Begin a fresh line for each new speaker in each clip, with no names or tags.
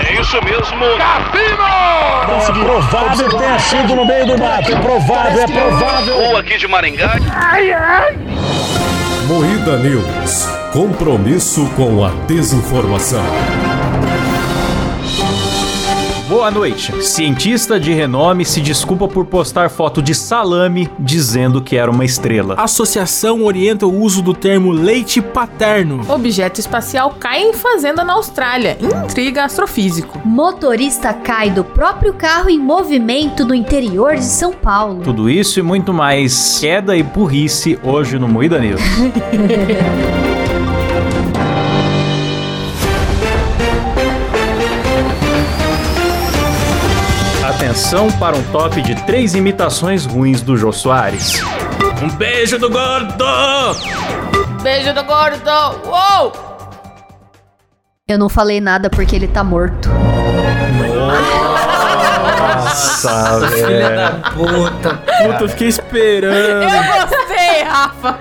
É Isso mesmo, Cassino!
Conseguiu. É Provável tenha sido no meio do mato. É provável, é provável.
Ou aqui de Maringá.
Moída News. Compromisso com a desinformação.
Boa noite. Cientista de renome se desculpa por postar foto de salame dizendo que era uma estrela.
A associação orienta o uso do termo leite paterno.
Objeto espacial cai em fazenda na Austrália. Intriga astrofísico.
Motorista cai do próprio carro em movimento no interior de São Paulo.
Tudo isso e muito mais queda e burrice hoje no Moída News. Atenção para um top de três imitações ruins do Jô Soares. Um beijo do gordo!
Beijo do gordo. Uou!
Eu não falei nada porque ele tá morto.
Nossa, velho.
Puta, eu fiquei esperando.
Eu gostei, Rafa.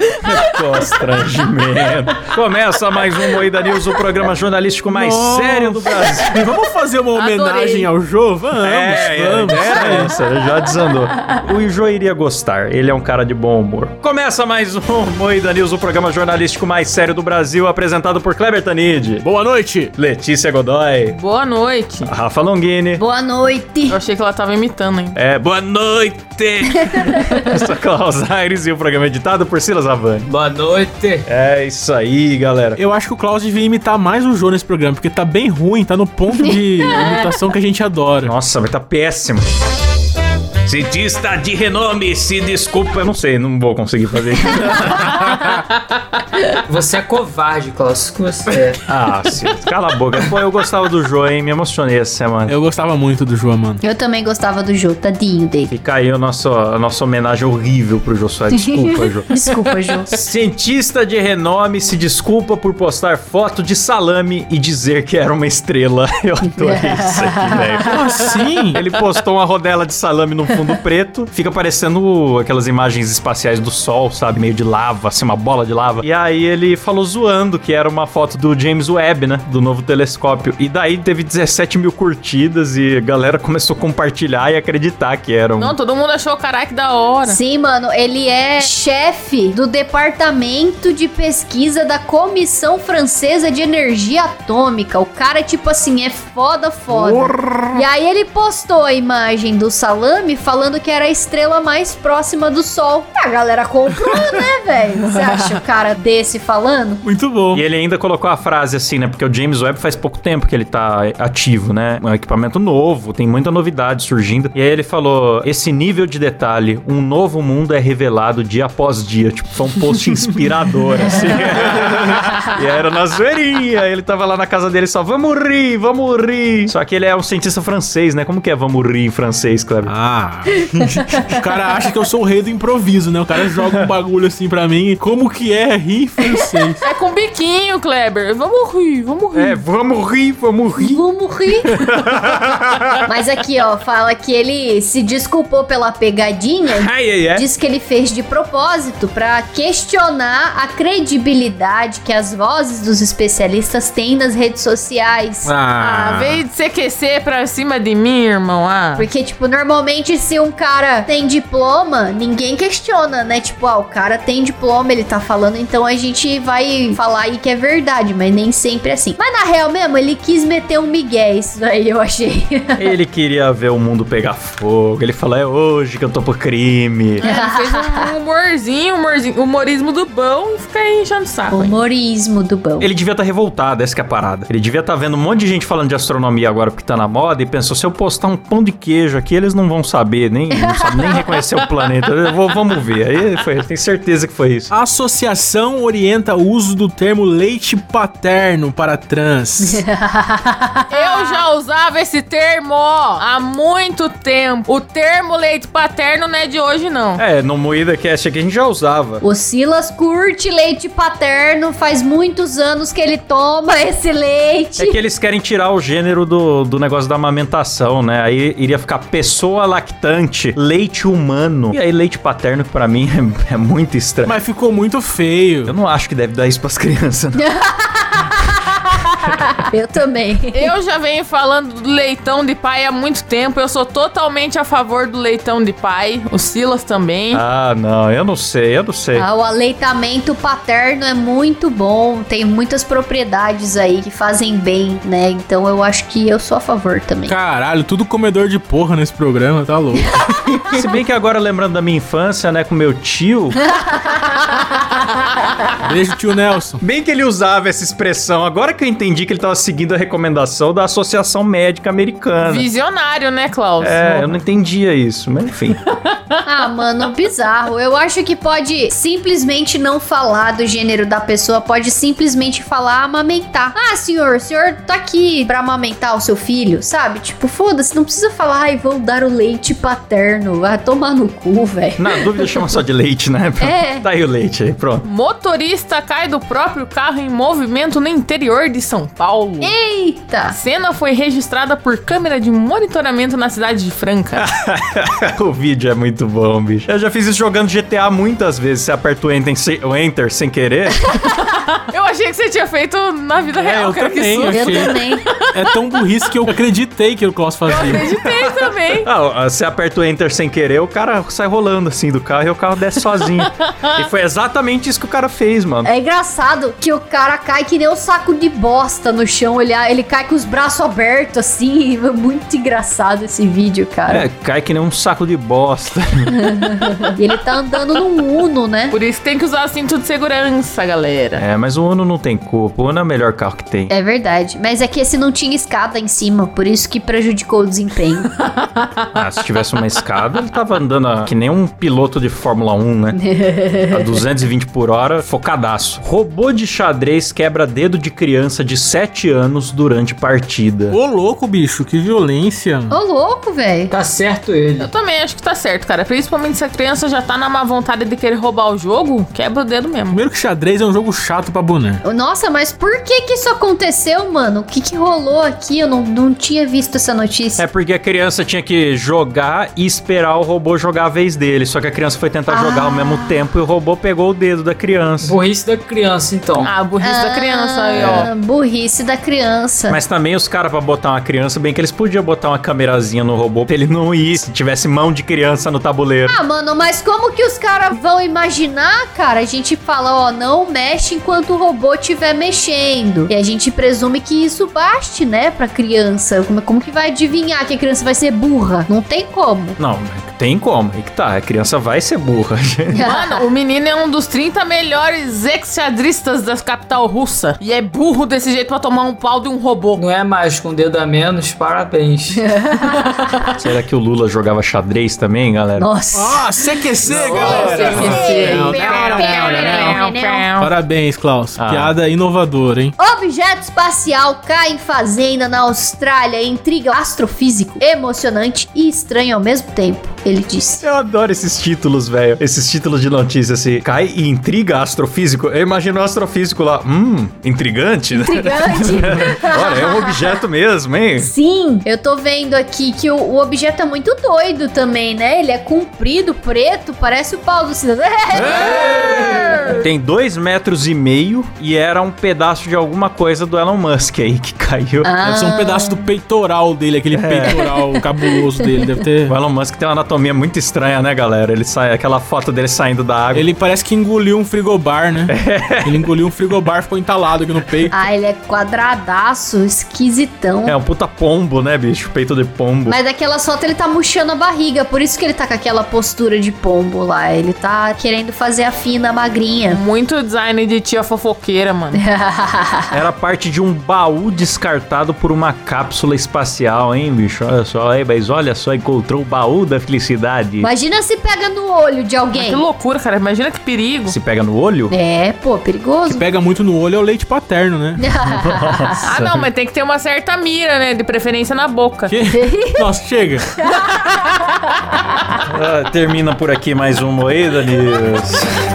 Constrangimento. Começa mais um Moída News, o programa jornalístico mais
Nossa.
sério do Brasil. É,
Vamos fazer uma
Adorei.
homenagem ao Jô? Vamos, vamos.
era essa, já desandou. O Ijo iria gostar, ele é um cara de bom humor. Começa mais um Moída News, o programa jornalístico mais sério do Brasil, apresentado por Kleber Tanid,
Boa noite.
Letícia Godoy,
Boa noite.
Rafa Longini.
Boa noite.
Eu achei que ela tava imitando, hein?
É, boa noite! Eu sou Klaus Aires e o programa é editado por Silas Avani.
Boa noite.
É isso aí, galera.
Eu acho que o Klaus devia imitar mais o Jô nesse programa, porque tá bem ruim, tá no ponto de imitação que a gente adora.
Nossa, mas tá péssimo. Cientista de renome, se desculpa. Eu não sei, não vou conseguir fazer isso.
Você é covarde, Klaus. que Você é.
Ah, Silas, cala a boca. Pô, eu gostava do Jô, hein? Me emocionei essa semana.
Eu gostava muito do Jô, mano.
Eu também gostava do Jô, tadinho dele.
E caiu a nossa, a nossa homenagem horrível pro Jô Soares. Desculpa, Jô.
Desculpa, Jô.
Cientista de renome se desculpa por postar foto de salame e dizer que era uma estrela. Eu adorei isso aqui, velho.
Como assim?
Ele postou uma rodela de salame no fundo preto. Fica parecendo aquelas imagens espaciais do sol, sabe? Meio de lava, assim, uma bola de lava. E aí ele falou zoando que era uma foto do James Webb, né? Do novo telescópio. E daí teve 17 mil curtidas e a galera começou a compartilhar e acreditar que era um.
Não, todo mundo achou, caraca, que da hora.
Sim, mano, ele é chefe do departamento de pesquisa da Comissão Francesa de Energia Atômica. O cara, tipo assim, é foda, foda. E aí ele postou a imagem do salame falando que era a estrela mais próxima do Sol. E a galera comprou, né, velho? Você acha o cara desse falando?
Muito bom.
E ele ainda colocou a frase assim, né? Porque o James Webb faz pouco tempo que ele tá ativo, né? É um equipamento novo, tem muita novidade surgindo. E aí ele falou: esse nível de detalhe, um novo mundo é revelado dia após dia. Tipo, foi um post inspirador, assim. e era na zoeirinha. Ele tava lá na casa dele só, vamos rir, vamos rir. Só que ele é um cientista francês, né? Como que é vamos rir em francês, Kleber?
Ah, o cara acha que eu sou o rei do improviso, né? O cara joga um bagulho assim pra mim. Como que é rir em francês?
É com biquinho, Kleber. Vamos rir, vamos rir.
É, vamos rir, vamos rir.
Vamos rir. Mas aqui, ó, fala que ele se desculpou pela pegadinha
Ai, ai, ai.
Diz que ele fez de propósito pra questionar a credibilidade que as vozes dos especialistas têm nas redes sociais.
Ah, veio de CQC pra cima de mim, irmão. Ah.
Porque, tipo, normalmente se um cara tem diploma, ninguém questiona, né? Tipo, ah, o cara tem diploma, ele tá falando, então a gente vai falar aí que é verdade, mas nem sempre é assim. Mas na real mesmo, ele quis meter um migué, isso aí eu achei.
Ele queria ver o mundo pegar fogo. Ele falou: é hoje que eu tô pro crime.
Ele fez um humorzinho, humorzinho, humorismo do bom e fica aí enchendo o saco. hein?
Humorismo do bom.
Ele devia estar revoltado, essa que é a parada. Ele devia estar vendo um monte de gente falando de astronomia agora porque tá na moda e pensou: se eu postar um pão de queijo aqui, eles não vão saber, nem, não sabem nem reconhecer o planeta. Eu vou- vamos ver. Aí foi, tenho certeza que foi isso.
A associação orienta o uso do termo leite paterno para trans.
Eu já usava esse termo há muito tempo. O termo leite paterno não é de hoje, não.
É, no Moída Cast aqui a gente já usava.
O Silas curte leite paterno, faz muitos anos que ele toma esse leite.
É que eles querem tirar o gênero do, do negócio da amamentação, né? Aí iria ficar pessoa lactante, leite humano. E aí leite paterno, que pra mim é, é muito estranho.
Mas ficou muito feio.
Eu não acho que deve dar isso pras crianças, não.
Eu também.
Eu já venho falando do leitão de pai há muito tempo. Eu sou totalmente a favor do leitão de pai. O Silas também.
Ah, não, eu não sei, eu não sei.
Ah, o aleitamento paterno é muito bom, tem muitas propriedades aí que fazem bem, né? Então eu acho que eu sou a favor também.
Caralho, tudo comedor de porra nesse programa, tá louco.
Se bem que agora, lembrando da minha infância, né, com meu tio,
Beijo, tio Nelson.
bem que ele usava essa expressão, agora que eu entendi que ele tava seguindo a recomendação da Associação Médica Americana.
Visionário, né, Klaus?
É, eu não entendia isso, mas enfim.
Ah, mano, bizarro. Eu acho que pode simplesmente não falar do gênero da pessoa, pode simplesmente falar amamentar. Ah, senhor, o senhor tá aqui pra amamentar o seu filho, sabe? Tipo, foda-se, não precisa falar, ai, vão dar o leite paterno. Ah, tomar no cu, velho.
Na dúvida, chama só de leite, né?
É.
Tá aí o leite aí, pronto.
Motorista cai do próprio carro em movimento no interior de São Paulo. A
Eita!
cena foi registrada por câmera de monitoramento na cidade de Franca.
o vídeo é muito bom, bicho. Eu já fiz isso jogando GTA muitas vezes. Você aperta o enter, sem- o enter sem querer.
eu achei que você tinha feito na
É,
vida
É,
real,
eu
cara, que
também,
susto.
Eu
achei.
também.
É tão burrice que eu acreditei que o Klaus fazia.
Acreditei também.
ah, você aperta o enter sem querer, o cara sai rolando assim do carro e o carro desce sozinho. e foi exatamente isso que o cara fez, mano.
É engraçado que o cara cai que nem um saco de bosta no chão. Ele, ah, ele cai com os braços abertos, assim. É muito engraçado esse vídeo, cara.
É, cai que nem um saco de bosta.
E ele tá andando num Uno, né?
Por isso que tem que usar cinto de segurança, galera.
É, mas o Uno não tem culpa. O Uno é o melhor carro que tem.
É verdade. Mas é que esse não tinha escada em cima, por isso que prejudicou o desempenho.
Ah, se tivesse uma escada, ele tava andando a- que nem um piloto de Fórmula 1, né? A 220 por hora, focadaço. Robô de xadrez quebra dedo de criança de 7 anos durante partida.
Ô louco, bicho, que violência.
Ô, louco, velho.
Tá certo ele.
Eu também acho que tá certo, cara. Principalmente se a criança já tá na má vontade de querer roubar o jogo, quebra o dedo mesmo.
Primeiro que xadrez é um jogo chato pra boné.
Nossa, mas por que que isso aconteceu, mano? O que que rolou aqui? Eu não, não tinha visto essa
É
notícia.
porque a criança tinha que jogar e esperar o robô jogar a vez dele. Só que a criança foi tentar jogar ao mesmo tempo e o robô pegou o dedo da criança.
Burrice da criança, então.
Ah, burrice da criança aí, ó.
Ah, burrice da criança.
Mas também os caras, pra botar uma criança, bem que eles podiam botar uma camerazinha no robô pra ele não ir se tivesse mão de criança no tabuleiro.
Ah, mano, mas como que os caras vão imaginar, cara? A gente fala, ó, não mexe enquanto o robô estiver mexendo. E a gente presume que isso baste, né, pra criança. Como, como que vai adivinhar que a criança vai ser burra? Não tem como.
Não, tem como. Aí que tá. A criança vai ser burra.
Ah.
Mano, o menino é um dos 30 melhores ex-xadristas da capital russa. E é burro desse jeito pra tomar um pau de um robô.
Não é mais com dedo a menos, parabéns.
Será que o Lula jogava xadrez também, galera?
Ah.
Nossa.
CQC,
galera. CQC.
Não, não, não, não. Parabéns, Klaus.
Ah.
Piada inovadora, hein?
Objeto espacial cai em fazenda na Austrália, intriga astrofísico, emocionante e estranho ao mesmo tempo, ele disse.
Eu adoro esses títulos, velho. Esses títulos de notícia, assim. Cai e intriga astrofísico. Eu imagino o astrofísico lá. Hum, intrigante, né? Olha, é um objeto mesmo, hein?
Sim, eu tô vendo aqui que o, o objeto é muito doido também, né? Ele é comprido, preto, parece o pau do cidadão.
Tem dois metros e meio e era um pedaço de alguma coisa do Elon Musk aí que caiu.
Deve ser um pedaço do peitoral dele, aquele peitoral cabuloso dele. Deve ter.
O Elon Musk tem uma anatomia muito estranha, né, galera? Ele sai, aquela foto dele saindo da água.
Ele parece que engoliu um frigobar, né? Ele engoliu um frigobar, ficou entalado aqui no peito.
Ah, ele é quadradaço, esquisitão.
É um puta pombo, né, bicho? Peito de pombo.
Mas daquela foto ele tá murchando a barriga, por isso que ele tá com aquela postura de pombo lá. Ele tá querendo fazer a fina, a magrinha.
Muito design de tia fofoqueira, mano.
É.
Era parte de um baú descartado por uma cápsula espacial, hein, bicho? Olha só, aí, mas olha só, encontrou o baú da felicidade.
Imagina se pega no olho de
Que
alguém.
loucura, cara. Imagina que perigo.
Se pega no olho?
É, pô, perigoso.
Pega muito no olho é o leite paterno, né?
Ah, não, mas tem que ter uma certa mira, né? De preferência na boca.
Que- Nossa, chega.
Ah, termina por aqui mais um Moeda News.